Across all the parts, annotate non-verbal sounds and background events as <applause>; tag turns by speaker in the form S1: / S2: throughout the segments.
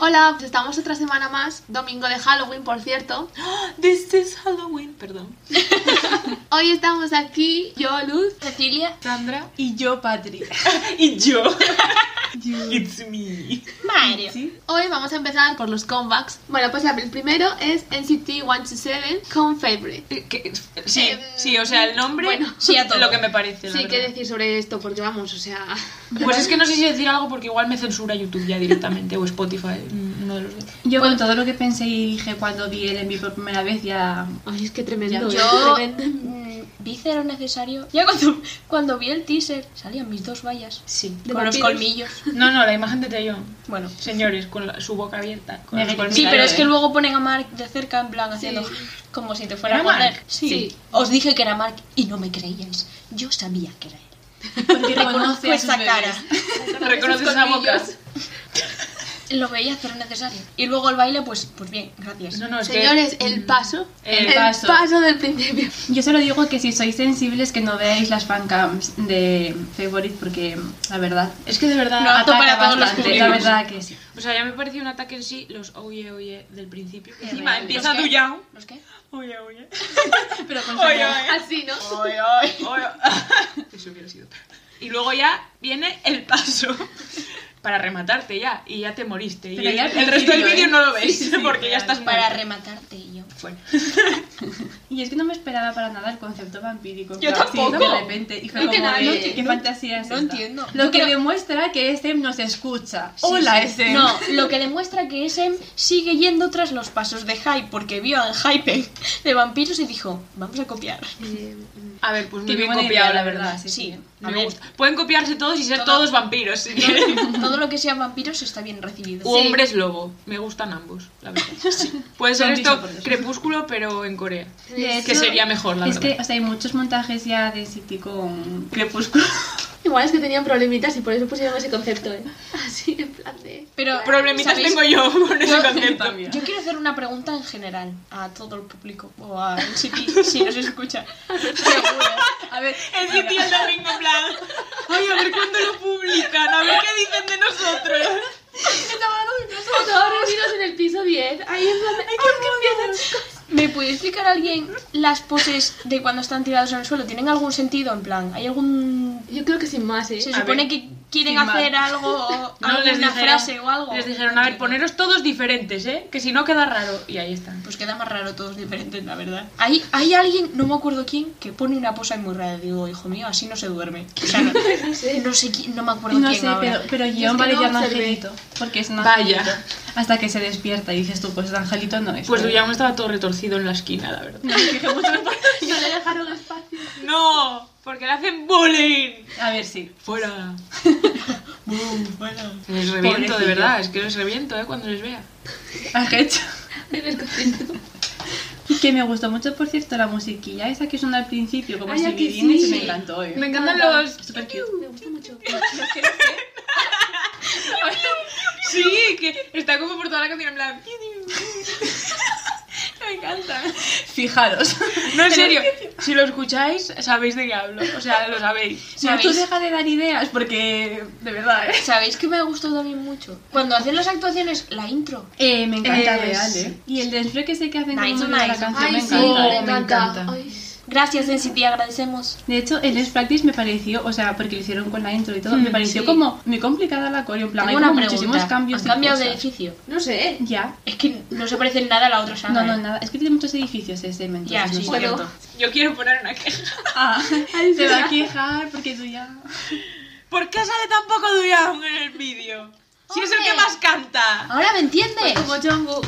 S1: Hola, pues estamos otra semana más, domingo de Halloween, por cierto.
S2: This is Halloween, perdón.
S1: Hoy estamos aquí, yo, Luz.
S3: Cecilia.
S2: Sandra.
S4: Y yo, Patrick.
S2: <laughs> Y yo. It's me.
S3: Mario.
S2: ¿Sí?
S1: Hoy vamos a empezar por los comebacks. Bueno, pues el primero es NCT 127 con Favorite.
S2: Eh, que- Sí, sí, o sea, el nombre
S1: Bueno.
S3: Sí a todo.
S2: lo que me parece. la
S1: Sí, ¿qué
S2: verdad.
S1: decir sobre esto? Porque vamos, o sea... <laughs>
S2: Pues es que no sé si decir algo porque igual me censura YouTube ya directamente o Spotify, mm, uno de los dos.
S4: Yo con todo lo que pensé y dije cuando vi el envío por primera vez ya...
S1: Ay, es que tremendo. ¿eh?
S2: <laughs>
S3: Yo
S1: Tremendo.
S3: mm, vi cero necesario. Ya cuando, cuando vi el teaser salían mis dos vallas.
S2: Sí.
S1: De
S3: con los
S1: vampiros.
S3: colmillos.
S2: No, no, la imagen de Taeyong.
S3: Bueno.
S2: Señores, con la- su boca abierta. Con
S4: Me
S2: los
S4: grité.
S2: colmillos.
S3: Sí, pero es
S2: Eh,
S3: que luego ponen a Mark de cerca en plan haciendo como si te fuera a
S2: ¿Era
S3: morder.
S2: Mark?
S3: Sí.
S1: Sí.
S3: Os dije que era Mark y no me creíais. Yo sabía que era él.
S4: Porque
S3: Reconozco esa cara.
S2: <laughs> Reconoces esa boca.
S3: Lo veía cero necesario. Y luego el baile, pues, pues bien, gracias.
S2: No, no, es que-
S1: Señores, el paso.
S2: El
S4: paso.
S1: del principio. <laughs>
S4: Yo solo digo que si sois sensibles que no veáis las fancams de Favorite porque la verdad...
S2: Es que de verdad.
S3: No, apto
S4: ataca
S3: para todos los
S4: bastante, La
S2: públicos.
S4: verdad que sí.
S2: O sea, ya me pareció un ataque en sí los oye, oye del principio.
S4: Es
S2: Encima
S4: real.
S2: empieza
S3: ¿Los qué?
S2: Duyan.
S3: ¿Los qué?
S2: Oye, oye.
S4: Pero con
S2: Oye,
S4: sabor.
S2: oye.
S1: Así, ¿no?
S2: Oye. Eso hubiera sido. Y luego ya viene el paso <laughs> para rematarte ya. Y ya te moriste. Y
S4: Pero ya al
S2: el, el resto del
S4: principio,
S2: vídeo
S4: ¿eh?
S2: no lo veis
S4: Sí, sí,
S2: porque ya
S4: real.
S2: estás
S3: Para
S2: muerto.
S3: rematarte y yo.
S2: Fuera.
S4: Y es que no me esperaba para nada el concepto vampírico.
S2: Yo
S4: claro, así,
S2: tampoco.
S4: de repente. Y fue
S1: Creo que
S4: como
S1: nadie-
S4: de,
S1: no-
S4: ¿Qué
S3: no-
S4: fantasía es
S3: no
S4: esta?
S3: entiendo.
S4: Lo
S3: Yo
S4: que
S3: creo-
S4: demuestra que este nos escucha.
S2: Sí,
S4: Hola,
S2: sí.
S4: este.
S3: No, lo que demuestra que SM sigue yendo tras los pasos de Hype porque vio al Hype de vampiros y dijo, vamos a copiar.
S2: <laughs>
S1: Eh,
S2: A ver, pues muy
S4: Qué
S2: bien
S4: buena
S2: copiado,
S4: idea,
S2: la verdad.
S4: Sí,
S3: Sí.
S4: sí.
S2: Me
S3: A ver.
S2: gusta. <laughs> Pueden copiarse todos y ser
S3: Todo-
S2: todos vampiros
S3: <laughs>
S2: si quieren.
S3: Todo lo que sea vampiros está bien recibido.
S2: U hombres lobo. Me gustan ambos, la verdad. Puede ser
S4: Son
S2: esto
S4: distintos.
S2: crepúsculo, pero en Corea.
S4: De
S2: Que
S4: hecho,
S2: sería mejor, la
S4: Es
S2: verdad.
S4: que, o sea, hay muchos montajes ya de City con Crepúsculo.
S1: Igual es que tenían problemitas y por eso pusieron ese concepto, ¿eh? <laughs> Así, en plan de...
S3: Pero,
S2: Problemitas
S3: ¿sabéis?
S2: tengo yo <laughs> con ese concepto.
S4: también.
S3: Yo quiero hacer una pregunta en general a todo el público o a si, <laughs> si nos escucha.
S4: A ver,
S2: El City el domingo, en plan. Ay, a ver cuándo lo publican, a ver qué dicen de nosotros.
S1: Todos reunidos en el piso 10. Ahí en plan de...
S3: ¿Me puede explicar alguien las poses de cuando están tirados en el suelo? ¿Tienen algún sentido? En plan, ¿hay algún...
S1: Yo creo que sin más, ¿eh?
S3: Se
S2: A
S3: supone
S2: ver.
S3: que quieren
S4: Sin más.
S3: hacer algo, o
S2: No,
S3: alguna
S2: les dijeron-
S3: frase o algo?
S2: Les dijeron, a ver, poneros todos diferentes, ¿eh? Que si no queda raro. Y ahí están.
S3: Pues queda más raro todos diferentes, la verdad. Hay, hay alguien, no me acuerdo quién, que pone una posa muy rara. Digo, hijo mío, así no se duerme. O sea, no,
S1: No sé. <laughs>
S3: no sé quién, no me acuerdo
S4: no
S3: quién
S4: sé,
S3: ahora.
S4: pero, pero
S1: es
S4: Guión
S1: que
S4: vale
S1: no
S4: ya un
S1: observé.
S4: angelito. Porque es un
S2: Vaya.
S4: angelito. Hasta que se despierta y dices tú, pues angelito no es.
S2: Pues
S4: pero-
S2: Duyamo estaba todo retorcido en la esquina, la verdad.
S4: No, me fijé mucho en-
S1: No le dejaron espacio.
S2: ¡No! Porque le hacen bullying.
S4: A ver, sí. <laughs>
S2: ¡Fuera!
S3: bueno.
S2: Les reviento, de
S4: Pobrecillo.
S2: verdad. Es que les reviento, ¿eh? Cuando les vea.
S4: Angelito.
S1: Ay, me desconcentro.
S4: Y que me gustó mucho, por cierto, la musiquilla esa que suena al principio, como
S1: Ay,
S4: si
S1: ¿a que
S4: vivienes,
S1: sí?
S4: me encantó. ¿eh?
S2: Me encantan
S1: encanta.
S2: los...
S4: Súper cute.
S1: Me gusta mucho.
S2: Sí, que está como por toda la canción en plan...
S3: <laughs> Me encanta.
S4: Fijaros. <laughs>
S2: No, en serio, si lo escucháis, sabéis de qué hablo. O sea, lo sabéis.
S4: No, tú
S3: ¿Sabéis?
S4: deja de dar ideas porque, de verdad, ¿eh?
S3: ¿Sabéis que me ha gustado también mucho? Cuando hacen las actuaciones, la intro.
S4: Eh, me encanta
S2: Eh,
S4: real,
S2: sí.
S4: ¿eh? Y el desfile que sé que hacen
S3: Nice,
S4: cuando viene
S3: nice.
S4: la canción
S1: Ay,
S4: me
S1: sí,
S4: encanta.
S1: me
S4: eh,
S1: encanta. Ay,
S3: Gracias, NCT, agradecemos.
S4: De hecho, el Let's Practice me pareció, o sea, porque lo hicieron con la intro y todo,
S2: Mm,
S4: me pareció
S1: sí.
S4: como muy complicada la coreo, en plan, hay
S3: Tengo una
S4: como
S3: pregunta.
S4: muchísimos cambios
S3: ¿Han
S4: de
S3: cambiado de
S4: cosas.
S3: edificio?
S1: No sé. eh.
S4: Ya.
S3: Es que no se parece en nada a la otra saga. ¿eh?
S4: No, no, nada. Es que tiene muchos edificios ese, entonces
S3: Ya,
S4: no
S3: sí,
S4: sé.
S3: <laughs>
S1: Bueno.
S3: cierto.
S2: Yo quiero poner una queja.
S4: Ah,
S1: Ay,
S4: <laughs> se va
S1: será.
S4: a quejar porque tú ya...
S2: ¿Por qué sale tan poco Duyang en el vídeo? Si es el
S3: Hombre.
S2: que más canta.
S3: Ahora
S4: Pues
S3: me entiendes.
S1: Como Jungkook.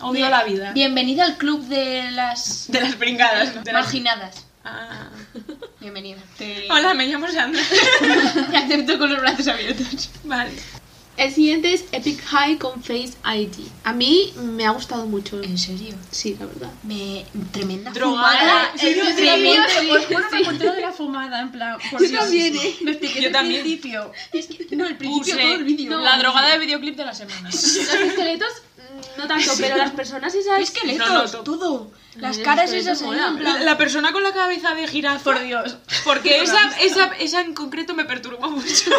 S2: Odio la vida.
S3: Bienvenida al club de las
S2: De las bringadas. De las-
S3: marginadas.
S2: Ah.
S3: Bienvenida. Te-
S2: Hola, me llamo <laughs> Sandra.
S3: <laughs> Te acepto con los brazos abiertos.
S2: Vale.
S1: El siguiente es Epic High con Face ID. A mí me ha gustado mucho.
S3: ¿En serio?
S1: Sí, la verdad. eh,
S3: Me... Tremenda
S2: Drogada.
S3: fumada.
S2: Sí,
S4: yo
S2: sí,
S4: también,
S1: Ah, sí.
S4: te- os juro que encontré lo de la fumada, en plan... por
S1: Yo
S4: Dios.
S1: también, ¿eh?
S4: Me expliqué
S2: Yo
S4: desde
S2: también.
S4: el principio.
S3: No, el principio
S2: Puse
S3: todo el vídeo.
S2: la drogada de videoclip de la semana.
S1: Los esqueletos mm, No tanto, pero las personas esas.
S3: Es que
S2: No, no, to-
S3: todo. Las
S1: Mm,
S3: caras
S1: esqueleto
S3: esas ahí,
S1: mola.
S3: en plan-
S2: <laughs> La persona con la cabeza de jirafa. Por Dios. Porque esa, esa, esa en concreto me perturba mucho.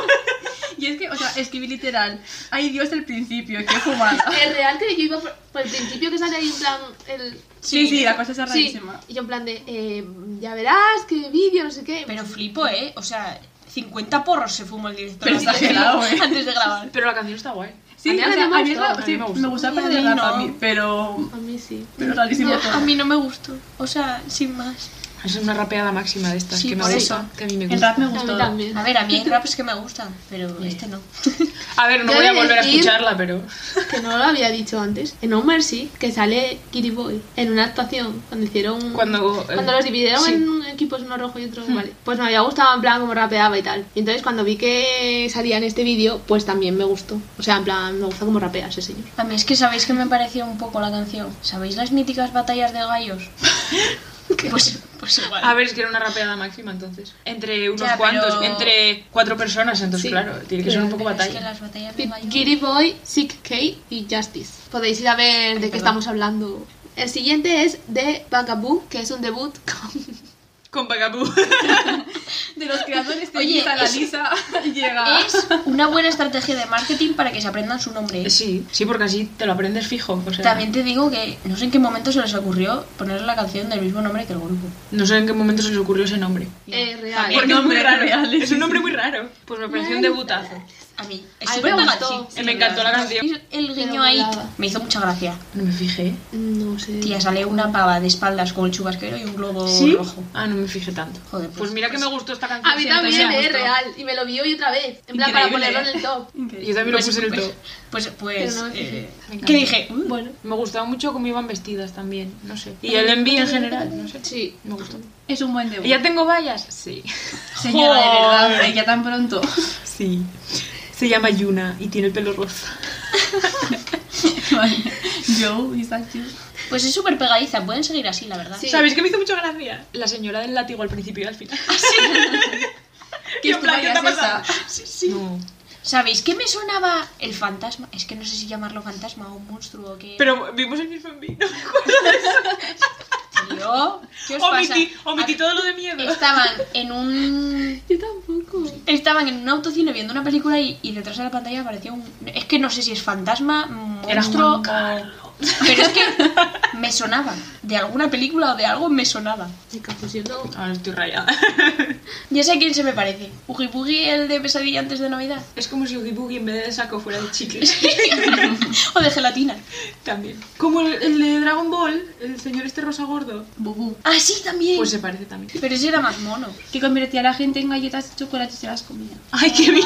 S4: Y es que, o sea, escribí literal. Ay, Dios, el principio, qué fumada.
S1: Es real que yo iba por, por el principio que sale ahí en plan. El...
S4: Sí, sí, la cosa está
S1: Sí,
S4: rarísima.
S1: Y yo en plan de. eh, ya verás, qué vídeo, no sé qué.
S3: Pero flipo, ¿eh? O sea, 50 porros se fumó el director.
S4: Pero
S3: antes de-
S4: exagerado, ¿eh?
S3: Antes de
S2: <laughs>
S3: grabar.
S2: <laughs> Pero la canción está guay.
S4: Sí,
S1: A mí
S4: o sea,
S1: me
S4: a mí
S1: gustó,
S4: es
S2: a
S4: la-
S2: mí
S4: sí,
S2: me
S4: me
S2: gustó.
S4: gusta
S3: A
S4: para
S3: mí
S4: de rap a
S3: no.
S4: mí, pero,
S1: a mí sí.
S4: pero rarísimo todo.
S3: A mí no me gustó. O sea, sin más.
S2: Es una rapeada máxima de estas
S3: Sí,
S2: que me
S3: por
S2: gusta,
S3: eso.
S2: que a mí me
S4: El
S2: gusta.
S4: rap me
S1: A
S4: gustó.
S1: mí también.
S3: A ver, a mí hay raps que me gustan, pero este no.
S2: A ver, no
S1: Yo
S2: voy a
S1: he de
S2: volver a
S1: decir-
S2: escucharla, pero.
S1: Que no lo había dicho antes. En No Mercy, que sale Kitty Boy en una actuación cuando hicieron.
S2: Cuando, eh,
S1: cuando los dividieron
S2: sí. Hmm.
S1: en equipos uno rojo y otro vale. Pues me había gustado en plan como rapeaba y tal. Y entonces cuando vi que salía en este vídeo, pues también me gustó. O sea, en plan, me gusta como rapea ese señor.
S3: A mí es que sabéis que me parecía un poco la canción. ¿Sabéis las míticas batallas
S2: <laughs>
S3: de gallos? pues, pues igual.
S2: A ver, es que era una rapeada máxima entonces. Entre unos
S3: Ya, pero-
S2: cuantos, entre cuatro personas, entonces
S1: Sí.
S2: claro, tiene que
S1: Pero
S2: ser un poco
S3: Pero Es que
S2: batalla.
S3: las batallas de gallos.
S1: Giri Boy, Sick K y Justice. Podéis ir a ver de qué
S3: perdón.
S1: estamos hablando. El siguiente es de Bugaboo, que es un debut con...
S2: Con Pagaboo.
S4: De los este creadores de
S3: Oye,
S4: Lisa, la
S3: es-
S4: Lisa llega.
S3: Es una buena estrategia de marketing para que se aprendan su nombre. ¿eh?
S2: <laughs> Sí, sí, porque así te lo aprendes fijo. O sea,
S3: También te digo que no sé en qué momento se les ocurrió poner la canción del mismo nombre que el grupo.
S2: No sé en qué momento se les ocurrió ese nombre.
S1: Eh,
S3: Ah,
S1: real.
S4: Porque-
S2: es muy
S4: Nombres
S2: raro.
S4: reales.
S2: Es un nombre muy raro. Pues me pareció un debutazo.
S3: A mí,
S1: A
S3: es
S1: mí
S3: súper
S1: me
S3: catchy.
S1: gustó.
S2: Eh, me encantó la canción.
S3: El
S1: Pero
S3: guiño ahí
S1: molaba.
S3: me hizo mucha gracia.
S2: No me fijé.
S1: No sé.
S3: Tía, sale una pava de espaldas con el chubasquero y un globo rojo.
S2: Ah, no me fijé tanto.
S3: Joder,
S2: pues,
S3: pues- Ah,
S2: mira que me gustó esta canción.
S1: a mí
S2: sí, entonces
S1: también,
S2: me
S1: eh,
S2: gustó.
S1: real. Y me lo vi hoy otra vez. En plan, para
S4: Increíble,
S1: ponerlo en el top.
S2: Yo
S4: Increíble.
S2: también lo puse en el
S3: pues,
S2: top.
S3: pues, pues,
S1: Pero no me
S3: eh,
S2: Me encanta.
S3: que dije, "Uh,
S1: Bueno.
S2: Me gustaba mucho cómo iban vestidas también, no sé. Y el envío en
S3: pues
S2: general, no sé.
S1: Sí.
S2: Me gustó.
S4: Es un buen debut.
S2: ¿Y ya tengo vallas? Sí.
S4: Señora, de
S2: Joder.
S4: verdad, ¿eh? ya tan pronto. <laughs>
S2: Sí. Se llama Yuna y tiene el pelo rosa.
S4: Joe, Isaac, Joe.
S3: pues es súper pegadiza, pueden seguir así, la <laughs> verdad.
S1: Sí.
S2: ¿Sabéis qué me hizo mucha gracia? La señora del látigo al principio y al final. <laughs>
S4: Que
S2: Yo en
S4: tú
S2: plan, ¿qué te ha
S4: vayas esa.
S2: pasado? Sí, sí.
S3: ¿Sabéis qué me sonaba el fantasma? Es que no sé si llamarlo fantasma o un monstruo o qué.
S2: Pero vimos el mismo en vivo.
S3: Tío, <laughs>
S2: <laughs>
S3: ¿qué os pasa?
S2: Omití, omití
S3: A-
S2: todo lo de miedo.
S3: Estaban en un
S1: Yo tampoco.
S3: estaban en un autocine viendo una película y, y detrás de la pantalla aparecía un es que no sé si es fantasma,
S2: Era
S3: monstruo
S2: Juan
S3: o-
S2: Carlos. <laughs>
S3: pero es que me sonaba de alguna película o de algo me sonaba.
S1: Chica, pues yo no.
S2: Ahora estoy rayada. <laughs>
S3: Ya sé a quién se me parece. Ugi Bugi, el de pesadilla antes
S2: <laughs>
S3: de Navidad
S2: Es como si Oogie Boogie en vez de saco fuera de chicles.
S3: o de gelatina.
S2: <laughs> También. Como el, el de Dragon Ball, el señor este rosa gordo.
S4: Bubu.
S3: Ah, sí, también.
S2: Pues se parece también.
S3: Pero ese era más mono.
S4: Que convertía a la gente en galletas y chocolates y se las comía.
S2: ¡Ay, qué bien!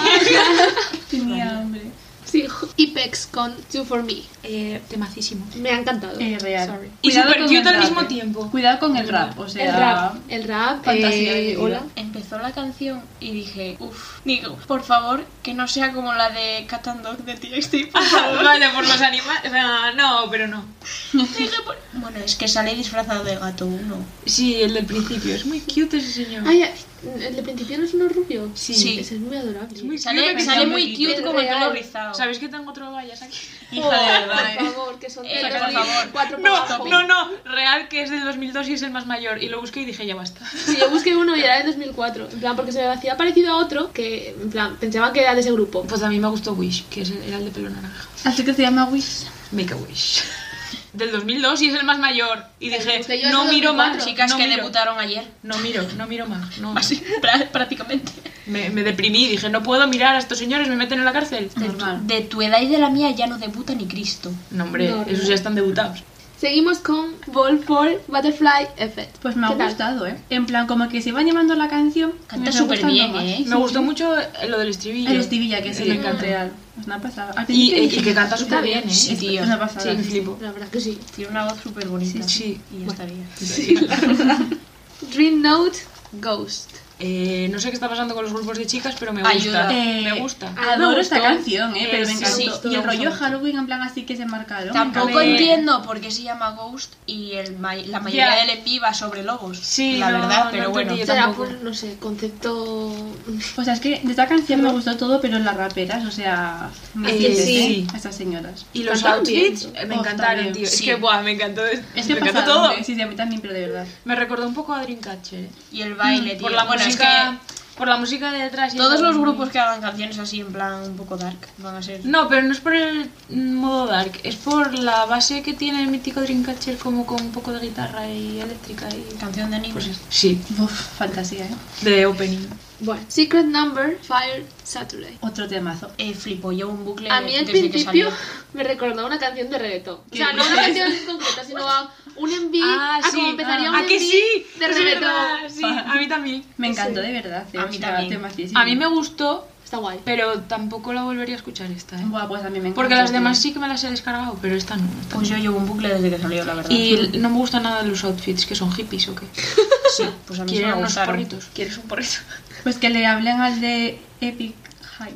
S4: Tenía hambre.
S1: Sí, Ipex con Two for Me.
S2: <laughs> Eh, temacísimo.
S1: Me ha encantado.
S4: Es real.
S1: Sorry.
S2: Y
S4: Cuidado
S2: súper
S4: con
S2: cute
S4: el
S2: al
S4: rap,
S2: mismo
S4: eh.
S2: tiempo.
S4: Cuidado con el rap, o sea...
S1: El rap, el rap,
S4: fantasía
S1: eh,
S4: de vida.
S1: hola.
S3: Empezó la canción y dije, uff, digo, por favor, que no sea como la de Cat and Dog de TXT, por
S2: <laughs>
S3: favor.
S2: Vale, por los animales. no, pero no.
S3: <laughs> Dije, "Por-". Bueno, es que sale disfrazado de gato uno.
S2: Sí, el del principio. Es muy cute ese señor.
S1: Ay, el de principio no es uno rubio.
S2: Sí.
S3: Sí.
S1: Ese es muy adorable.
S2: muy
S3: Sale,
S2: cute,
S3: sale
S2: pero
S3: muy
S2: bonito.
S3: cute como el pelo
S1: Real.
S3: rizado.
S2: ¿Sabéis que tengo otro vallas aquí?
S4: Hija de verdad,
S1: Oh, Por
S4: eh.
S1: favor, que son
S3: Eh,
S1: de
S3: por favor.
S1: 2004 por
S2: No,
S1: abajo.
S2: no, no. Real que es del 2002 y es el más mayor. Y lo busqué y dije, ya basta.
S1: Sí, yo busqué uno y era del 2004. En plan, porque se me hacía parecido a otro que, en plan, pensaban que era de ese grupo.
S2: Pues a mí me gustó Wish, que es el- era el de pelo naranja.
S4: Así que se llama Wish.
S2: Make a Wish. <laughs> Del 2002 y es el más mayor. Y
S1: busqué
S2: dije,
S1: yo el
S2: no
S1: de
S2: miro
S1: 2004.
S2: más.
S3: Chicas
S2: no
S3: que
S2: miro. Ah,
S3: debutaron ayer.
S2: No miro, no miro más. No.
S3: Así, prá- prácticamente.
S2: Me, me deprimí, dije, no puedo mirar a estos señores, me meten en la cárcel.
S4: Este Normal.
S3: De tu edad y de la mía ya no debuta ni Cristo.
S2: No, hombre,
S1: No, no.
S2: esos ya están debutados.
S1: Seguimos con Ball for Butterfly Effect.
S4: Pues me ha
S1: ¿Qué tal?
S4: gustado, ¿eh? En plan, como que se van llevando la canción.
S3: Canta
S4: me está
S3: súper
S4: gustando
S3: bien,
S4: más.
S3: ¿eh?
S2: me gustó mucho lo del estribillo.
S4: El Estivilla, que sí,
S2: Me
S4: me
S2: encanta.
S4: encanta. Real. Es una pasada.
S2: Y,
S4: Al principio
S2: y-
S4: dije,
S2: y que canta
S4: "Está
S2: súper bien, ¿eh?
S3: Sí, tío.
S4: Es una pasada.
S2: Sí, flipo.
S1: La verdad que sí.
S3: Tiene una voz súper bonita.
S2: Sí, sí.
S3: Y ya estaría.
S1: Dream Note Ghost.
S2: Eh, no sé qué está pasando con los grupos de chicas, pero me gusta.
S3: Ayuda.
S4: Eh,
S2: me gusta.
S1: Ah, me
S4: Adoro esta
S1: gustó.
S4: canción, eh, pero
S2: Eh,
S4: me
S2: sí,
S4: encantó.
S3: sí,
S4: y
S2: me
S4: el
S2: gustó
S4: rollo
S2: mucho.
S4: Halloween en plan así que se marcaron.
S3: Tampoco
S2: me-
S3: entiendo por qué se llama Ghost y el ma- la mayoría
S2: Ya.
S3: del en viva sobre lobos.
S2: Sí,
S3: la
S2: no,
S3: verdad,
S2: no
S3: pero bueno.
S2: entendí yo
S1: Será
S2: tampoco.
S1: por, no sé, concepto...
S4: O sea, es que de esta canción me gustó todo, pero las raperas, o sea, me
S2: Eh,
S4: entiendes,
S2: sí.
S4: ¿eh? A estas señoras.
S2: Y los
S1: Cantaron bien,
S2: outfits
S1: ¿no?
S2: eh, me
S4: Oh,
S2: encantaron,
S4: también,
S2: tío.
S3: sí.
S2: Es que, buah, me encantó.
S4: Es que
S2: me encantó
S4: pasaron,
S2: todo.
S4: ¿eh? Sí, sí, a mí también, pero de verdad.
S2: Me recordó un poco a Dreamcatcher. eh.
S3: Y el baile, tío.
S2: Por la
S3: bueno,
S2: música.
S3: es
S2: Por la música de detrás. y
S3: que todos
S2: todo.
S3: los grupos que hagan canciones así en plan un poco dark van a ser.
S2: No, pero no es por el modo dark, es por la base que tiene el mítico Dreamcatcher como con un poco de guitarra y eléctrica y...
S3: Canción de anime.
S2: Pues Sí,
S4: Uf, fantasía, ¿eh?
S2: de opening.
S1: Bueno, Secret Number, Fire Saturday.
S4: Otro temazo.
S3: eh, flipo yo un bucle.
S1: A mí al
S3: desde que
S1: principio
S3: salió.
S1: <laughs> me recordó una canción de reggaetón. O sea,
S2: <laughs>
S1: no una canción en concreta, sino a un envío
S2: Ah,
S1: a
S2: sí,
S1: como empezaría
S4: ah.
S1: un
S2: ¿A que
S1: MV
S2: sí?
S1: de
S2: Es
S1: reggaetón.
S2: verdad, sí, a mí también.
S4: Me encantó, de verdad. ¿eh?
S3: A
S4: O
S3: mí
S4: sea,
S3: también.
S4: temacísimo.
S2: A mí me gustó,
S1: Está guay.
S2: pero tampoco la volvería a escuchar esta, ¿eh?
S4: Buah, pues a mí me encantó.
S2: Porque las
S4: tío.
S2: demás sí que me las he descargado, pero esta no. esta
S3: Pues
S2: no.
S3: yo llevo un bucle desde que salió, la verdad.
S2: Y l- no me gustan nada los outfits, que son hippies o qué.
S3: sí, pues a mí se
S2: Quieren
S3: me
S2: unos
S3: gustaron.
S2: porritos. ¿Quieres un porrito?
S4: Pues que le hablen al de Epic High.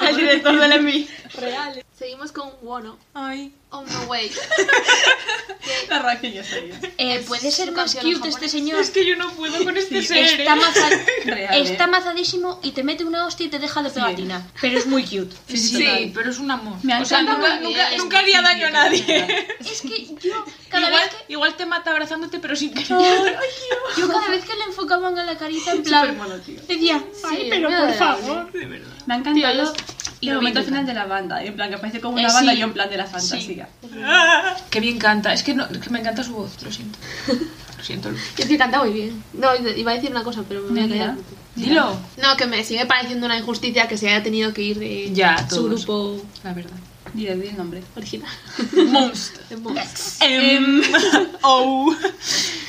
S2: Al director del EMI.
S1: Seguimos con Wono,
S2: Ay.
S1: On the
S2: <laughs>
S1: Way.
S4: La Raquel ya sabía.
S3: Eh, puede ser
S1: Su
S3: más
S1: canción en
S3: cute este
S1: japonés.
S2: <laughs> <laughs>
S3: señor.
S2: Es que yo no puedo con este
S4: Sí,
S2: ser.
S3: Está,
S2: ¿eh?
S3: maza-
S4: Real, ¿eh?
S3: está mazadísimo y te mete una hostia y te deja de pegatina. Pero es muy cute.
S2: Sí,
S4: sí, total.
S2: pero es un amor.
S4: Me ha
S2: o sea,
S4: encantado.
S2: nunca, nunca-
S1: Bien.
S2: nunca haría daño a nadie.
S3: Es que yo cada,
S2: Igual,
S3: vez que,
S2: igual te mata abrazándote, pero sin querer.
S3: yo cada vez que le enfocaban a la
S4: <laughs>
S3: carita en plan...
S4: Supermono, tío.
S3: Decía,
S1: Sí,
S3: ay, pero
S1: muy
S3: por
S1: adorable.
S3: favor.
S2: De verdad.
S4: Me ha
S1: Tío,
S4: encantado
S1: los-
S4: y el momento final de la banda, en plan que parece como
S3: Eh,
S4: una
S3: sí.
S4: banda y yo en plan de la fantasía.
S2: Que bien canta. Es que, no, es que me encanta su voz, lo siento. Lo siento, Lu.
S1: Es que canta muy bien. No, iba a decir una cosa, pero me voy a callar.
S4: Mira.
S2: Dilo.
S1: No, que me sigue pareciendo una injusticia que se haya tenido que ir de
S2: Ya,
S1: su
S2: todos.
S1: grupo
S2: La verdad.
S4: Dile, dile el nombre.
S1: original.
S2: <laughs> Monster.
S1: <laughs> De Monks.
S2: M. O.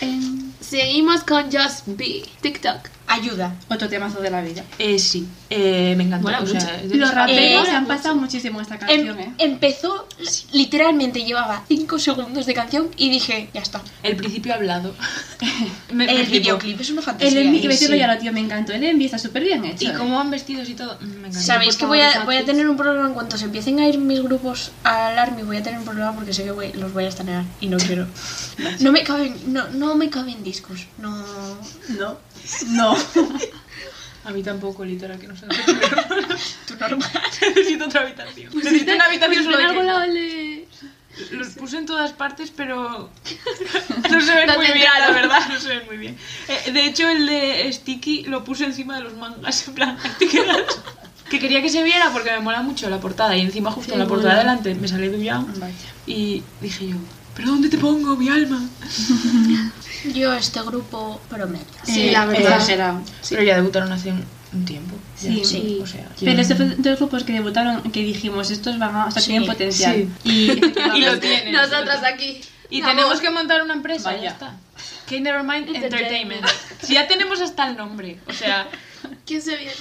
S1: Em, Seguimos con Just Be, TikTok.
S3: Ayuda.
S4: Otro temazo de la vida.
S2: Eh, sí. Eh, me encantó.
S1: Mola
S2: o sea,
S1: mucho.
S2: es de
S4: Los
S2: mis
S4: raperos
S3: Eh,
S4: se han pasado muchísimo esta
S3: Em-
S4: canción, ¿eh?
S3: empezó, literalmente llevaba 5 segundos de canción y dije, ya está.
S2: El principio hablado.
S1: <laughs>
S2: Me- me
S3: El
S2: flipó.
S3: videoclip es una
S4: El
S3: fantasía.
S4: envi,
S3: ¿eh?
S4: que decirlo
S3: Sí.
S4: ya lo tío, me encantó. El envi está súper bien hecho.
S2: Y
S4: ¿eh?
S2: cómo van vestidos y todo. mm, Me encantó.
S3: Sabéis
S2: Por
S3: que
S2: favor,
S3: voy a,
S2: los
S3: voy a
S2: outfits.
S3: tener un problema en cuanto se empiecen a ir mis grupos al army, voy a tener un problema porque sé que voy- los voy a estanear y no quiero. No me caben, no, no me caben discos. No.
S4: No. No.
S2: A mí tampoco, literal, que no sé. <laughs> dónde
S3: Tú normal.
S2: Necesito otra habitación. Necesito una habitación
S1: Pues
S2: solo.
S1: en
S2: de
S1: algún
S2: Ken.
S1: lado le-
S2: Los puse en todas partes,
S1: <laughs>
S2: pero no se ven
S1: No
S2: muy
S1: te
S2: bien, la
S1: entraron.
S2: verdad, no se ven muy bien. Eh, de hecho, el de Sticky lo puse encima de los mangas, en plan, <laughs> ahí te quedas. Que quería que se viera porque me mola mucho la portada y encima justo
S1: Sí,
S2: en la portada
S1: mola.
S2: delante me sale Duyao
S4: Vaya.
S2: y dije yo, ¿pero dónde te pongo mi alma?
S3: Yo este grupo prometo.
S1: Sí, la verdad.
S4: Eh, exagerado.
S2: Pero ya debutaron hace un, un tiempo. ya.
S4: Sí.
S3: Sí.
S2: O sea,
S4: Pero
S2: ya-
S4: ese fue de los grupos que debutaron que dijimos, estos van a... O sea,
S3: Sí,
S4: tienen potencial. Y...
S2: Y lo tienen.
S1: Nosotras aquí.
S2: Y
S1: Vamos.
S2: tenemos que montar una empresa,
S4: Vaya.
S2: ya está. Que Nevermind
S1: Entertainment.
S2: Entertainment. Si ya tenemos hasta el nombre, o sea...
S1: ¿Quién se viene?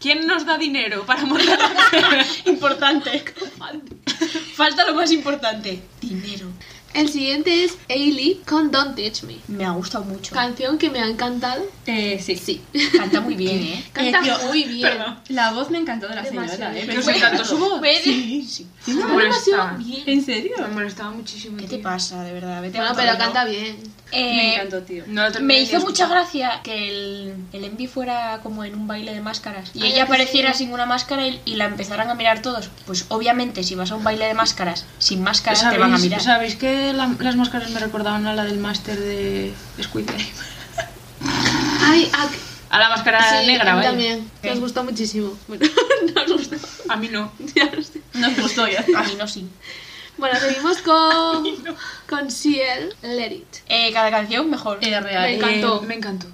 S2: ¿Quién nos da dinero para montar la
S3: Importante. <laughs> Falta lo más importante. Dinero.
S1: El siguiente es Ailey con Don't Teach Me.
S3: Me ha gustado mucho.
S1: Canción que me ha encantado.
S4: Eh, sí.
S1: Sí.
S3: Canta muy bien, ¿eh?
S1: Canta
S4: Eh, tío,
S1: muy bien.
S4: La voz me encantó de la
S1: Demasiado.
S4: señora, ¿eh?
S2: Que os encantó su voz.
S4: Sí.
S1: Me
S2: Me
S1: demasiado
S2: molestaba.
S1: bien.
S4: <laughs> ¿En serio?
S2: Me molestaba muchísimo.
S3: ¿Qué te
S2: tío.
S3: pasa, de verdad? Vete a
S1: Bueno,
S3: otro
S1: pero
S3: rollo.
S1: canta bien.
S3: Eh,
S4: Me encantó, tío.
S2: No lo terminé
S3: Me
S2: de
S3: hizo mucha
S2: escuchar.
S3: gracia que el, el Envy fuera como en un baile de máscaras y
S1: Ay,
S3: ella
S1: que sí.
S3: apareciera sin una máscara y, y la empezaran a mirar todos. Pues obviamente, si vas a un baile de máscaras sin máscara, te van a mirar.
S2: ¿Sabéis que la- las máscaras me recordaban a la del máster de Squid Game?
S1: Ay, a,
S2: A la máscara
S1: sí,
S2: negra, ¿eh?
S1: a mí
S2: vaya.
S1: también.
S3: ¿Qué?
S1: Nos gustó muchísimo. Bueno, nos gustó.
S2: A mí no.
S1: Ya lo sé.
S4: Nos gustó
S3: <laughs>
S4: ya.
S3: A mí no, sí.
S1: Bueno, seguimos con, con CL Let It.
S3: Eh, cada canción mejor.
S4: Eh,
S1: Me
S4: real.
S1: encantó.
S2: Eh, me encantó.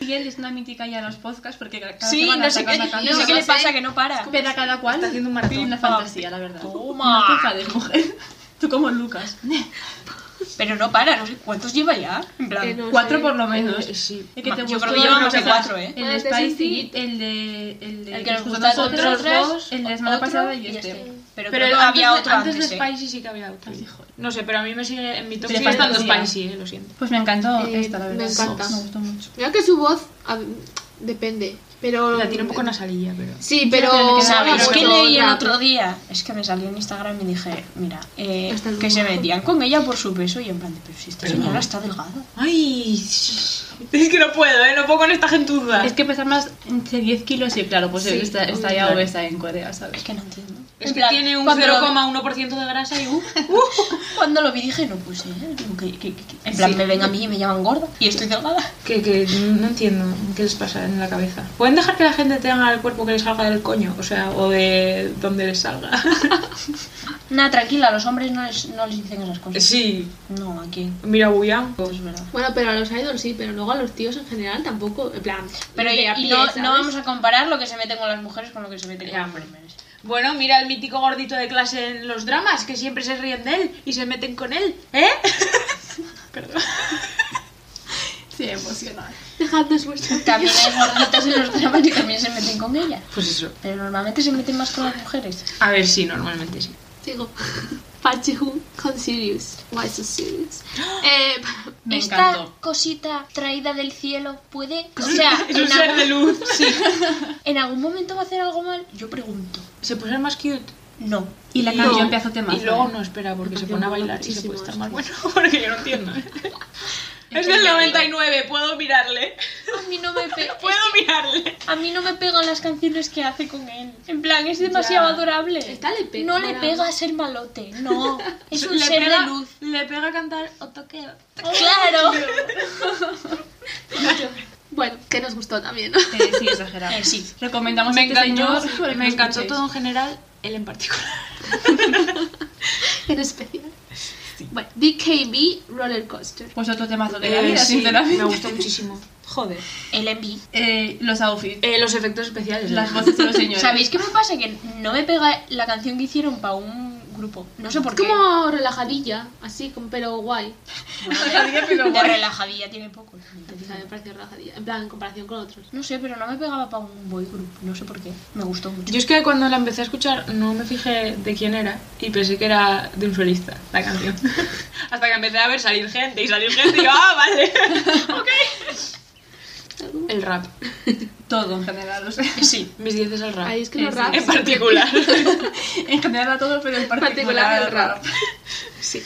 S4: Y él es una mítica ya en los podcasts porque cada
S3: sí,
S4: semana
S3: no sé,
S4: saca
S3: qué,
S4: una
S3: no
S4: canción.
S3: sé qué le
S1: no sé.
S3: pasa, que no para.
S4: Pero a cada cual
S2: Está haciendo un maratón.
S4: una fantasía, la verdad.
S3: Toma.
S4: Una ceja de mujer. <laughs> Tú como Lucas.
S3: <laughs> Pero no para, no sé cuántos lleva ya. En plan,
S1: Eh, no
S4: Cuatro
S1: sé.
S4: por lo menos.
S2: Eh, sí.
S4: Es que te
S3: Yo
S4: gustó
S3: creo que lleva más de
S4: Lucas.
S3: cuatro, ¿eh?
S1: Bueno,
S4: El
S1: este
S4: de
S1: es
S4: Spicy,
S1: sencillito.
S4: el de. El de.
S3: el que nos
S4: los
S3: gusta a
S4: otros
S3: nosotros
S4: Pues dos,
S3: dos,
S4: El de la semana
S3: otro
S4: pasada y
S3: y
S4: este.
S3: este.
S2: Pero
S3: pero, creo que había
S2: antes, de-
S3: otro antes,
S2: antes de
S3: ¿eh?
S2: Spicy sí que había otra. No sé, pero a mí me sigue en mi top
S4: Te
S2: sigue estando
S4: falta-
S2: Spicy, eh, lo siento.
S4: Pues me encantó
S1: Eh,
S4: esta, la
S1: me
S4: verdad.
S1: encanta.
S4: Me gustó mucho.
S1: Mira que su voz a- depende, pero...
S2: La tiene un poco nasalilla, pero...
S1: Sí, pero...
S4: Pero
S1: habla
S4: que
S3: ¿Sabéis
S4: Bueno,
S3: qué
S1: mucho
S3: leí el
S1: rato.
S3: otro día? Es que me salió en Instagram y dije, mira, eh,
S1: Está
S3: que se
S1: delgada.
S3: metían con ella por su peso y en plan, de, pero si esta señora está delgada.
S2: Ay, <laughs> es que no puedo, ¿eh? No puedo con esta gentuza.
S4: Es que pesar más de 10 kilos y claro, pues
S2: Sí,
S4: está, está
S2: obvio,
S4: ya
S2: claro.
S4: obesa en Corea,
S3: Es
S4: ¿sabes?
S3: que no entiendo.
S2: Es
S3: En
S2: que
S3: plan,
S2: tiene un
S3: cuando lo-
S2: 0,1% de grasa y uh, uh.
S3: Cuando lo vi dije, no, pues, eh, digo, que- que- que- que- en plan,
S2: Sí.
S3: me ven a mí y me llaman gorda y estoy delgada.
S2: Que, que no entiendo qué les pasa en la cabeza. ¿Pueden dejar que la gente tenga el cuerpo que les salga del coño? O sea, o de donde les salga. <laughs>
S3: Nada, tranquila, los hombres no les, no les dicen esas cosas.
S2: sí,
S3: No, aquí,
S2: mira Buyan.
S3: pues es verdad.
S1: Bueno, pero a los idols sí, pero luego a los tíos en general tampoco, en plan...
S3: Pero
S1: de
S3: y,
S1: a
S3: y
S1: pie,
S3: no,
S1: ¿sabes?
S3: no vamos a comparar lo que se meten con las mujeres con lo que se meten con
S2: Ya,
S3: los
S2: hombre.
S3: hombres.
S2: Bueno, mira el mítico gordito de clase en los dramas, que siempre se ríen de él y se meten con él, ¿eh? Perdón.
S4: Sí, emocional.
S1: Dejadnos vuestras
S3: También hay gorditas en los dramas y también se meten con ellas.
S2: Pues eso.
S3: Pero normalmente se meten más con las mujeres.
S2: A ver, sí, normalmente sí.
S1: <laughs> Sigo. Park Ji-hoon con Sirius. Why so serious? Eh, <laughs>
S4: Me
S3: Esta
S4: encantó.
S3: cosita traída del cielo puede. O sea,
S2: <laughs> Es un
S3: en
S2: ser de
S3: algún,
S2: luz. Sí.
S3: en algún momento va a hacer algo mal. Yo pregunto.
S2: Se puede ser más cute.
S3: No.
S4: Y la
S2: Y-
S4: canción
S1: no.
S4: empieza temazo.
S2: Y luego
S4: ¿eh?
S2: no espera porque
S1: La
S2: se
S1: canción
S2: pone a
S1: mola
S2: bailar y se
S1: muchísimo,
S2: puede estar más bueno <laughs> porque yo no entiendo. ¿eh? es del 99, puedo mirarle.
S3: A mí no me <laughs> pega.
S2: Puedo mirarle.
S3: A mí no me pegan las canciones que hace con él. En plan, es demasiado
S2: Ya.
S3: adorable.
S1: Esta le pega,
S3: no le
S1: mola.
S3: pega ser malote. No. Es un
S2: Le
S3: ser
S2: pega- <laughs>
S3: de luz.
S2: Le pega cantar o toqueo.
S3: Claro.
S1: bueno, que nos gustó también.
S4: Eh, sí, exagerado.
S3: Eh, sí.
S4: <laughs> Recomendamos a
S2: Me
S4: este
S2: encantó,
S4: señor. para que
S2: me
S4: lo
S2: encantó
S4: escuchéis.
S2: todo en general, él en particular.
S1: <laughs> en especial. Bueno, DKB Roller Coaster.
S4: Pues otro temazo de la
S2: Eh,
S4: vida,
S2: sí,
S4: sinceramente.
S2: Me gustó muchísimo. Joder.
S3: El envy.
S4: Eh, los outfits,
S2: Eh, los efectos especiales.
S4: las
S2: ¿no?
S4: voces de los señores. <laughs>
S3: ¿Sabéis qué me pasa? Que no me pega la canción que hicieron para un grupo. No sé por
S1: Es
S3: qué.
S1: como relajadilla, así, con- pero guay.
S4: Relajadilla,
S3: <laughs>
S4: pero
S3: de
S4: guay.
S3: relajadilla tiene poco.
S1: O sea, me pareció relajadilla. En plan, en comparación con otros.
S3: No sé, pero no me pegaba para un boy group. No sé por qué. Me gustó mucho.
S2: Yo es que cuando la empecé a escuchar no me fijé de quién era y pensé que era de un solista la
S3: <laughs>
S2: canción. Hasta que empecé a ver salir gente y salir gente y yo, ah, vale. <laughs> ok. El rap.
S4: Todo en general, o sea.
S3: Sí.
S2: Mis 10 Ah, es el rap.
S1: Ahí es que los
S4: Eh, sí.
S1: raps.
S2: En <laughs> particular.
S4: <laughs> En general a todo, pero en particular
S1: particular
S4: al
S1: al
S4: rap.
S2: sí.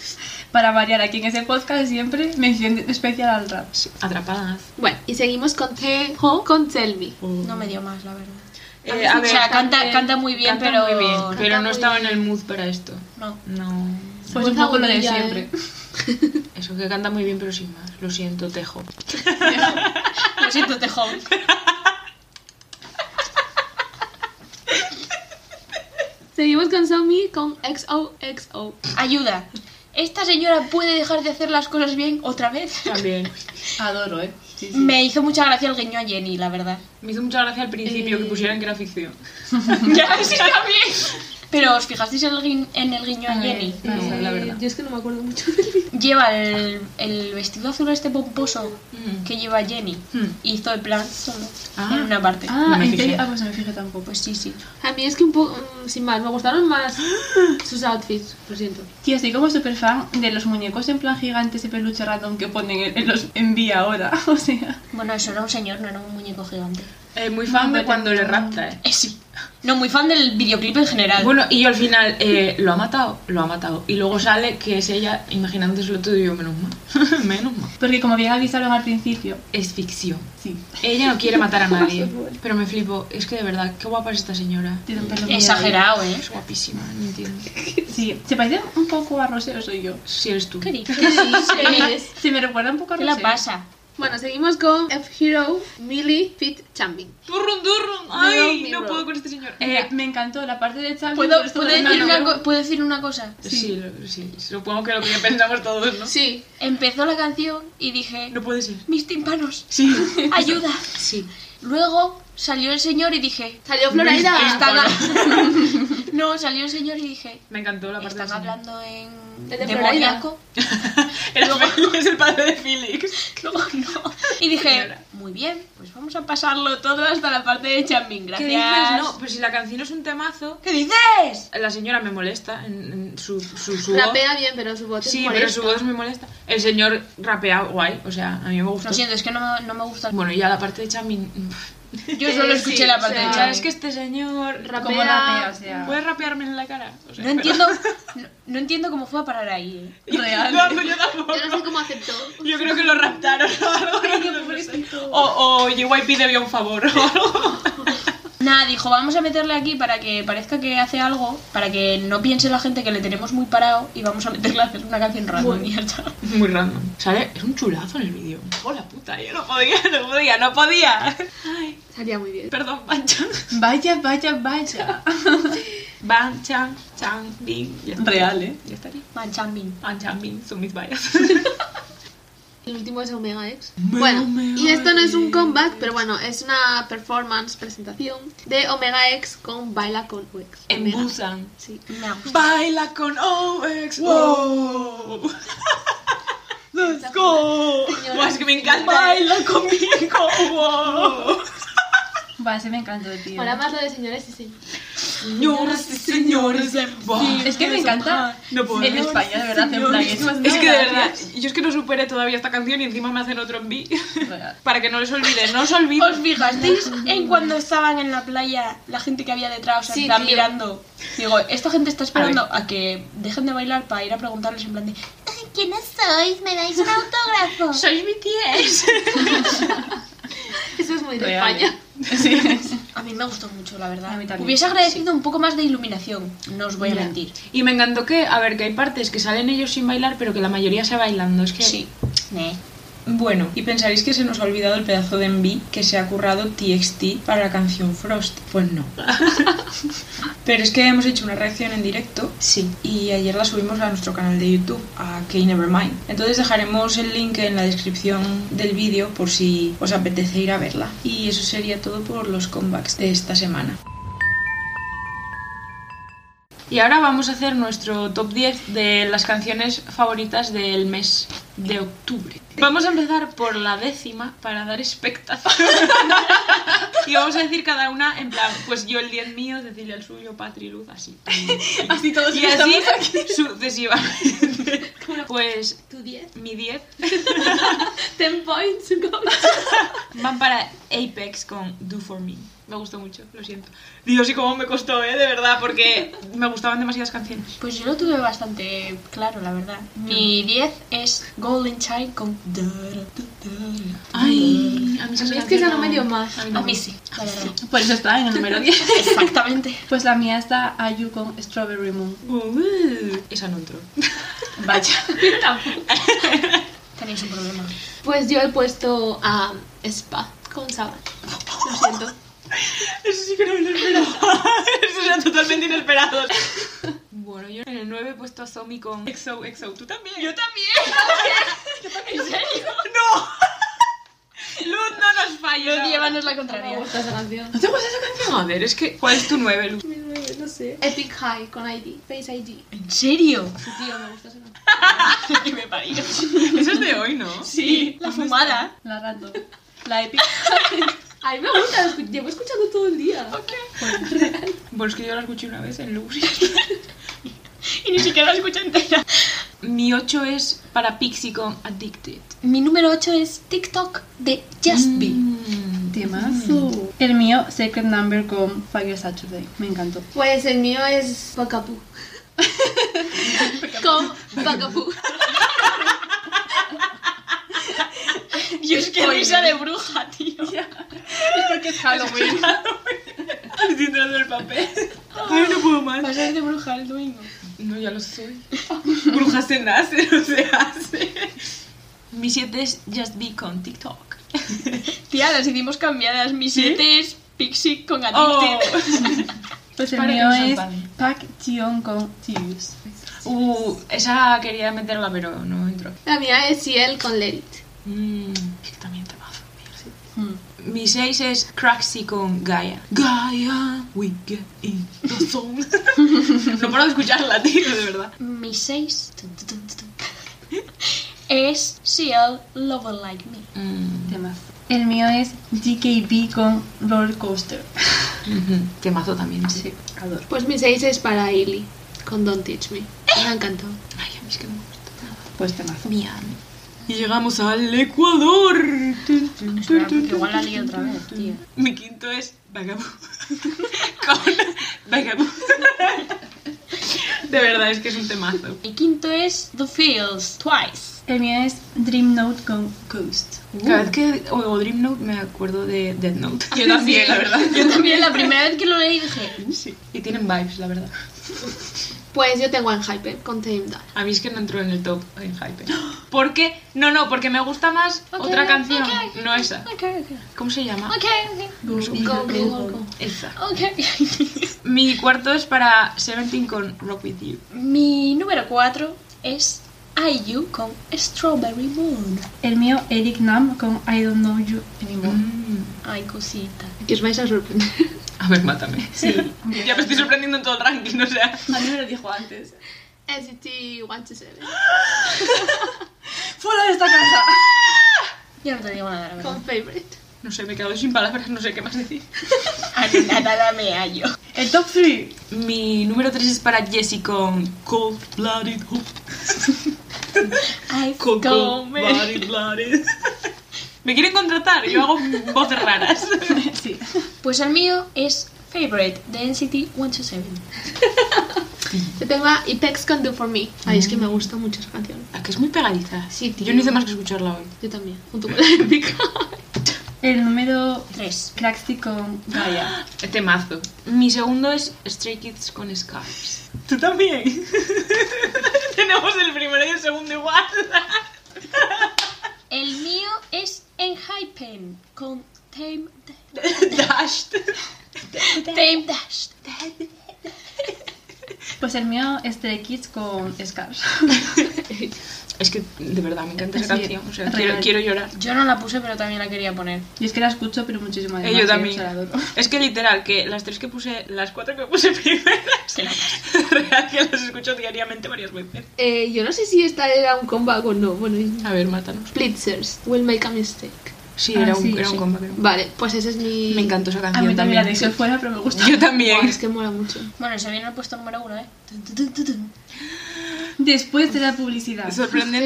S4: Para variar aquí en ese podcast siempre mención especial al rap.
S2: sí. Atrapadas.
S1: Bueno, y seguimos con Tejo con Tell Me.
S3: No me dio más, la verdad.
S2: Eh,
S3: o sea, canta, canta muy bien,
S2: canta
S3: pero.
S2: muy bien, pero no
S1: muy
S2: estaba en el mood para esto.
S3: No.
S2: No.
S4: Pues un
S1: Voz
S4: poco lo de
S1: agudilla,
S4: siempre.
S1: ¿eh?
S2: Eso que canta muy bien, pero sin más. Lo siento, <laughs> Tejo.
S3: Lo siento, Tejón.
S1: Seguimos con Somi con XOXO.
S3: Ayuda. ¿Esta señora puede dejar de hacer las cosas bien otra vez?
S2: También.
S4: Adoro, ¿eh? Sí, sí.
S3: Me hizo mucha gracia el guiño a Jenny,
S2: <laughs>
S3: la verdad.
S2: Me hizo mucha gracia al principio que pusieran que era ficción.
S3: ya, sí, también. Pero os fijasteis en el, gui- en el guiño a
S4: A ver.
S3: Jenny.
S4: No,
S1: Eh,
S4: la verdad.
S1: Yo es que no me acuerdo mucho del vídeo.
S3: Lleva el, el vestido azul este pomposo
S2: Mm.
S3: que lleva Jenny.
S2: Hmm.
S3: Hizo el plan solo
S2: Ah.
S3: en una parte.
S4: Ah,
S2: No me
S4: en
S2: fijé.
S4: serio. Ah, pues no me fijé tampoco.
S3: Pues sí, sí.
S1: A mí es que un poco, mm, sin más, me gustaron más sus outfits, lo siento.
S4: Tío, estoy como súper fan de los muñecos en plan gigantes de peluche random que ponen en, en los envía ahora. <laughs> O sea.
S3: Bueno, eso era un señor, no era un muñeco gigante.
S2: Eh, muy fan de cuando le rapta, eh.
S3: Eh, sí. No, muy fan del videoclip en general.
S2: Bueno, y yo al final, eh, ¿lo ha matado? Lo ha matado. Y luego sale que es ella imaginándoselo todo y yo, menos mal. <laughs> menos mal.
S4: Porque como bien avisaron al principio,
S2: Es ficción.
S4: sí.
S2: Ella no quiere matar a nadie. pero me flipo. Es que de verdad, qué guapa es esta señora.
S4: Tiene un pelo muy
S3: Exagerado, ¿eh?
S2: Es guapísima, no entiendo.
S4: largo. Sí. Se parece un poco a Rosé, o soy yo.
S2: Si eres tú.
S3: ¿Qué dices?
S4: Se me recuerda un poco a
S3: ¿Qué
S4: Rosé.
S3: la pasa?
S1: <laughs> Bueno, seguimos con F-Hero Millie Fit Chambing.
S2: Turrun, turrun.
S1: Ay, no puedo
S2: con este señor.
S4: Mira, Eh, me encantó la parte de Xavi.
S3: ¿Puedo,
S4: pero esto
S3: puedo
S4: de
S3: decir
S4: Manu.
S3: una co- ¿Puedo decir una cosa?
S2: sí, lo- sí. Supongo que lo que pensamos todos, ¿no?
S1: Sí,
S3: Empezó la canción y dije,
S2: No puede ser.
S3: mis tímpanos,
S2: Sí.
S3: ayuda.
S2: Sí.
S3: Luego salió el señor y dije, Ah,
S1: salió Floraida.
S3: está, ga- <laughs> No, salió el señor y dije,
S2: Me encantó la parte
S3: están
S2: del señor.
S3: hablando en
S1: El de
S3: demoníaco.
S2: <laughs> es, es el padre de Felix.
S3: No, no. <laughs> Y dije, muy bien, pues vamos a pasarlo todo hasta la parte de Chambin,
S2: ¿Qué
S3: gracias.
S2: dices? No, pues si la canción es un temazo,
S3: ¿Qué dices?
S2: la señora me molesta en, en su, su, su voz.
S1: Rapea bien, pero su voz es
S2: Sí,
S1: molesta.
S2: pero su voz me molesta. El señor rapea guay, o sea, a mí me gusta.
S3: Lo siento, es que no, me- no me gusta. el-
S2: Bueno, y ya la parte de Chamin.
S3: Yo solo
S1: Eh,
S3: escuché
S1: sí,
S3: la
S1: o
S3: parte
S1: sea,
S3: de
S2: Ya
S3: Chambin.
S2: es que este señor
S1: Rapea-
S4: Como rapea, o sea.
S2: ¿Puedes rapearme en la cara? O sea,
S3: No
S2: pero-
S3: entiendo, no, no entiendo cómo fue a parar ahí,
S2: <laughs>
S3: eh. Real.
S2: No, no, yo tampoco.
S1: Yo no sé cómo aceptó.
S2: Yo creo que lo raptaron <laughs> o algo. no lo sé. O, o JYP debió un favor o algo.
S3: Nada, dijo, vamos a meterle aquí para que parezca que hace algo, para que no piense la gente que le tenemos muy parado y vamos a meterle a hacer una canción random y ya está.
S2: Muy random. Sale, es un chulazo en el vídeo. Hola puta, yo no podía, no podía, no podía. <laughs> Ay,
S1: Salía muy bien.
S2: perdón, Banchan.
S4: Vaya, vaya, vaya.
S2: Banchan, Chan, Bin. Ya está.
S4: Real, ¿eh?
S2: Ya estaría.
S3: Man, Changbin.
S2: Banchan, Bin, son mis vallas. <laughs>
S1: El último es Omega X.
S2: Omega
S1: bueno, y
S2: X.
S1: esto no es un comeback, pero bueno, es una performance, presentación de Omega X con Baila con X.
S2: En
S1: Omega.
S2: Busan.
S1: Sí.
S3: No.
S2: Baila con OX. Wow. <laughs> Let's go.
S1: Señora.
S2: Buah, es que me encanta. Baila conmigo. Wow.
S4: Va, ese me encantó, tío.
S1: Ahora más lo de señores y señores.
S2: <laughs> Señoras y señores. Buah.
S4: Es que me encanta.
S2: No puedo.
S4: En España, de verdad, en plan,
S2: Es que de verdad, yo es que no superé todavía esta canción y encima me hacen otro en B. <laughs>
S4: Real.
S2: Para que no les olvide, no os olvido.
S3: ¿Os fijasteis en cuando estaban en la playa la gente que había detrás? O sea,
S1: Sí,
S3: en plan,
S1: tío.
S3: mirando. Digo, esta gente está esperando a, que dejen de bailar para ir a preguntarles en plan de "Ay, ¿Quiénes sois? ¿Me dais un <laughs> autógrafo?
S2: Sois mi tía. ¿eh?
S1: Eso es muy de
S4: Real,
S1: España.
S4: ¿eh? Sí.
S3: A mí me gustó mucho, la verdad.
S4: A mí también,
S3: Hubiese agradecido un poco más de iluminación, no os voy a mentir.
S2: Y me encantó que, a ver, que hay partes que salen ellos sin bailar, pero que la mayoría se bailando. Es que.
S3: Sí. Ne.
S2: Bueno, y pensaréis que se nos ha olvidado el pedazo de Envy que se ha currado TXT para la canción Frost. Pues no. Pero es que hemos hecho una reacción en directo. Sí. Y ayer la subimos a nuestro canal de YouTube, a K-Nevermind. Entonces dejaremos el link en la descripción del vídeo por si os apetece ir a verla. Y eso sería todo por los comebacks de esta semana. Y ahora vamos a hacer nuestro top 10 de las canciones favoritas del mes de octubre. Vamos a empezar por la décima para dar expectación. y vamos a decir cada una en plan, pues yo el 10 mío, Cecilia el suyo, Patri
S1: <laughs>
S2: Luz, así.
S4: Así todos
S2: Y así sucesivamente. Pues
S1: Tu 10.
S2: mi 10
S1: 10 points.
S2: van para Apex con Do For Me. Me gustó mucho, lo siento. Dios, y cómo me costó, ¿eh? De verdad, porque me gustaban demasiadas canciones.
S3: Pues yo lo tuve bastante claro, la verdad. Mi 10 es Golden Child con...
S2: Ay, a mí,
S1: A mí es que esa no me dio más.
S2: A mí, no
S3: A
S2: me
S3: mí
S2: dio.
S3: sí, la verdad.
S4: Por eso está en el número 10.
S3: <laughs> Exactamente.
S4: Pues la mía está Ayu con Strawberry Moon.
S2: Uh, esa no entró.
S4: Vaya. <laughs>
S3: Tenéis un problema.
S1: Pues yo he puesto a Spa con Saban. Lo siento.
S2: Eso sí que no me lo esperaba. <laughs> Eso era totalmente inesperado. Bueno, yo en el 9 he puesto a Somi con EXO, EXO. ¿Tú también? Yo <laughs> también.
S3: <laughs>
S2: ¿En serio? ¡No! Luz, no nos falles. ahora.
S3: Llévanos la
S1: Me
S3: contraria.
S1: gusta esa canción.
S2: ¿No te gusta esa canción? Joder, es que... ¿Cuál es tu 9, <laughs> Luz?
S1: No sé. Epic High con ID. Face ID.
S3: ¿En serio? <laughs>
S1: Tío, me gusta esa canción.
S3: me parió.
S2: Eso es de hoy, ¿no?
S3: Sí, la fumada.
S4: La random. La epic.
S1: A mí me gusta. lo escu- Llevo escuchando todo el día.
S2: Bueno, es que yo la escuché una vez en Lux.
S3: Y ni siquiera la escucha entera.
S2: <laughs> Mi 8 es para Pixie con Addicted.
S3: Mi número 8 es TikTok de Just Be.
S2: <laughs> Mm.
S4: Temazo. El mío, Secret Number con Fire Saturday. Me encantó.
S1: Pues el mío es <laughs> Pacapu. con Pacapu.
S3: Dios, qué risa de bruja, tío.
S4: Es porque es Halloween.
S2: Haciendo el papel. Ay, no puedo más.
S3: Vas a ser de bruja el domingo.
S2: No, ya lo <laughs> soy. Bruja se <laughs> nace, no se hace. Mi 7 es Just Be con TikTok.
S3: Tía, las hicimos cambiadas. Mi 7 es Pixie con
S2: Oh.
S3: Addicted.
S4: Pues el
S2: Para que
S4: mío
S2: nos
S4: es
S2: amparen.
S4: Pak Tion con Tears.
S2: <laughs> Uh, esa quería meterla, pero no entró. Mm.
S1: La mía es Ciel con Let It.
S2: Mmm, también te bazo.
S4: Mm.
S2: Mi 6 es Craxy con Gaia. Gaia, we get in the zone. <laughs> no puedo escucharla, tío, de verdad.
S3: Mi 6 es CL Lover Like Me.
S2: Mm.
S4: Temas. El mío es DKB con Roller Coaster. <laughs>
S2: Ujú, Temazo también.
S4: Sí, adoro.
S1: Pues mi 6 es para Ailey, con Don't Teach Me. Me ha encantado.
S2: Ay, a mí es que no me gusta nada.
S4: Pues temazo.
S2: Bien. Y llegamos al Ecuador.
S3: Espera, porque igual la lié otra vez, tío.
S2: Mi quinto es Vagabundo. <laughs> con Vagabundo. de verdad, es que es un temazo.
S3: Mi quinto es The Fields, Twice.
S4: El mío es Dream Note con Coast.
S2: Cada vez que oigo Dream Note me acuerdo de Dead Note.
S1: Yo también, la
S2: <laughs>
S1: verdad.
S3: Yo también la primera vez que lo leí <laughs> dije,
S2: Sí. Y tienen vibes, la verdad.
S1: Pues yo tengo en Hyper con Tame Dad.
S2: A mí es que no entró en el top en hype. ¿Por qué? No, no, porque me gusta más
S3: Ok,
S2: otra
S3: ok,
S2: canción.
S3: ok.
S2: no esa.
S3: ok, ok,
S2: ¿Cómo se llama?
S3: ok, ok,
S1: Go, go, go, go.
S2: Esa.
S3: ok. <laughs>
S2: Mi cuarto es para Seventeen con Rock With You.
S3: Mi número 4 es IU con Strawberry Moon.
S4: El mío, Eric Nam con I Don't Know You Anymore.
S3: Ay, cosita.
S1: Y os vais a sorprender. <laughs>
S2: A ver, mátame.
S4: Sí.
S2: <laughs> Ya me estoy sorprendiendo en todo el ranking, o sea.
S4: A mí me lo dijo antes.
S1: ST127
S4: ¡Fuera de esta casa!
S3: Yo no te digo nada, la verdad.
S1: con Favorite.
S2: No sé, me he quedado sin palabras, no sé qué más decir.
S3: Ay, nada, dame IU.
S4: El top 3.
S2: Mi número 3 es para Jessie con Cold Blooded Hope.
S3: Ay,
S2: Cold
S3: come.
S2: Blooded Blooded. Me quieren contratar, yo hago voces raras.
S4: <laughs> Sí.
S3: Pues el mío es Favorite de NCT 127.
S1: Yo tengo a Ipex con Do For Me. Ay, es que me gusta mucho esa canción.
S2: La Ah, que es muy pegadiza.
S1: Sí, tío.
S2: Yo no hice más que escucharla hoy.
S1: Yo también, junto con la épica.
S4: El número
S3: 3.
S4: Craxty con Gaia.
S2: Este mazo. Mi segundo es Stray Kids con Scars. ¿Tú también? <laughs> Tenemos el primero y el segundo igual.
S3: El mío es Enhypen con Tame Da-
S2: Dashed.
S3: Tame Dash.
S4: Pues el mío es Stray Kids con Scars. <laughs>
S2: Es que de verdad me encanta esa
S4: Sí,
S2: canción. O sea,
S4: real.
S2: quiero, quiero llorar.
S3: Yo no la puse, pero también la quería poner.
S4: Y es que la escucho, pero muchísimo
S2: Eh,
S4: además.
S2: yo
S4: y
S2: también.
S4: se la adoro.
S2: Es que literal, que las tres que puse, las cuatro que puse <laughs> primeras,
S3: Se la
S2: <laughs> real que las escucho diariamente varias veces.
S1: <laughs> Eh, yo no sé si esta era un comeback o no. Bueno, y-
S2: A ver, mátanos.
S1: Blitzers, Will Make a Mistake.
S2: Sí,
S4: Ah,
S2: era un,
S4: sí,
S2: era un
S4: sí.
S2: comeback, era un-
S1: Vale, pues ese es mi.
S2: Me encantó esa
S4: A
S2: canción
S4: mí también la
S2: también.
S4: dejé fuera, pero me gusta.
S2: <laughs> Yo
S1: Buah,
S2: también.
S1: es que mola mucho.
S3: Bueno, se viene el puesto número 1, ¿eh? Tun, tun, tun, tun, tun.
S4: Después de la publicidad.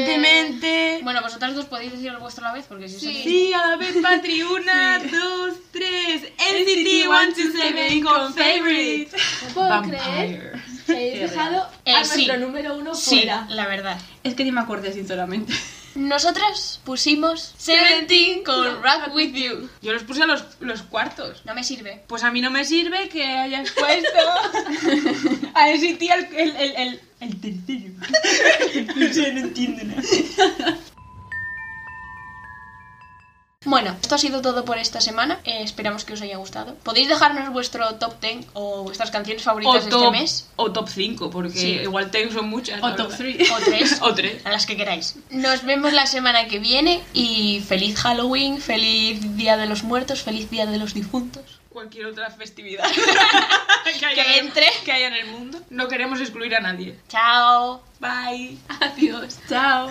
S2: Sorprendentemente.
S3: Bueno, vosotras dos podéis decir el vuestro a la vez, porque si
S1: Sí.
S2: Sí, a la vez, Patri. Una, dos, tres. NCT 127 con favorite.
S1: No puedo creer que hayáis dejado
S3: Eh,
S1: a
S3: sí.
S1: nuestro número uno
S3: Sí,
S1: fuera.
S3: la verdad.
S4: Es que ni me
S2: <laughs>
S4: acordé, sinceramente.
S3: Nosotras pusimos Seventeen con Rap With You.
S2: Yo los puse a los, los cuartos.
S3: No me sirve.
S2: Pues a mí no me sirve que hayas puesto a NCT el, el, el, el, el tercero. O sea, no entiendo nada.
S3: Bueno, esto ha sido todo por esta semana. Eh, esperamos que os haya gustado. Podéis dejarnos vuestro top 10 o vuestras canciones favoritas de este mes.
S2: o top 5, porque
S3: Sí.
S2: igual ten son muchas.
S4: O
S2: la
S4: top
S2: verdad.
S4: 3.
S3: O tres.
S2: <laughs> O tres.
S3: A las que queráis. Nos vemos la semana que viene y feliz Halloween, feliz Día de los Muertos, feliz Día de los Difuntos.
S2: Cualquier otra festividad que, haya
S3: <laughs> Que
S2: en-
S3: entre.
S2: que haya en el mundo. No queremos excluir a nadie.
S3: Chao.
S2: Bye.
S1: Adiós.
S4: Chao.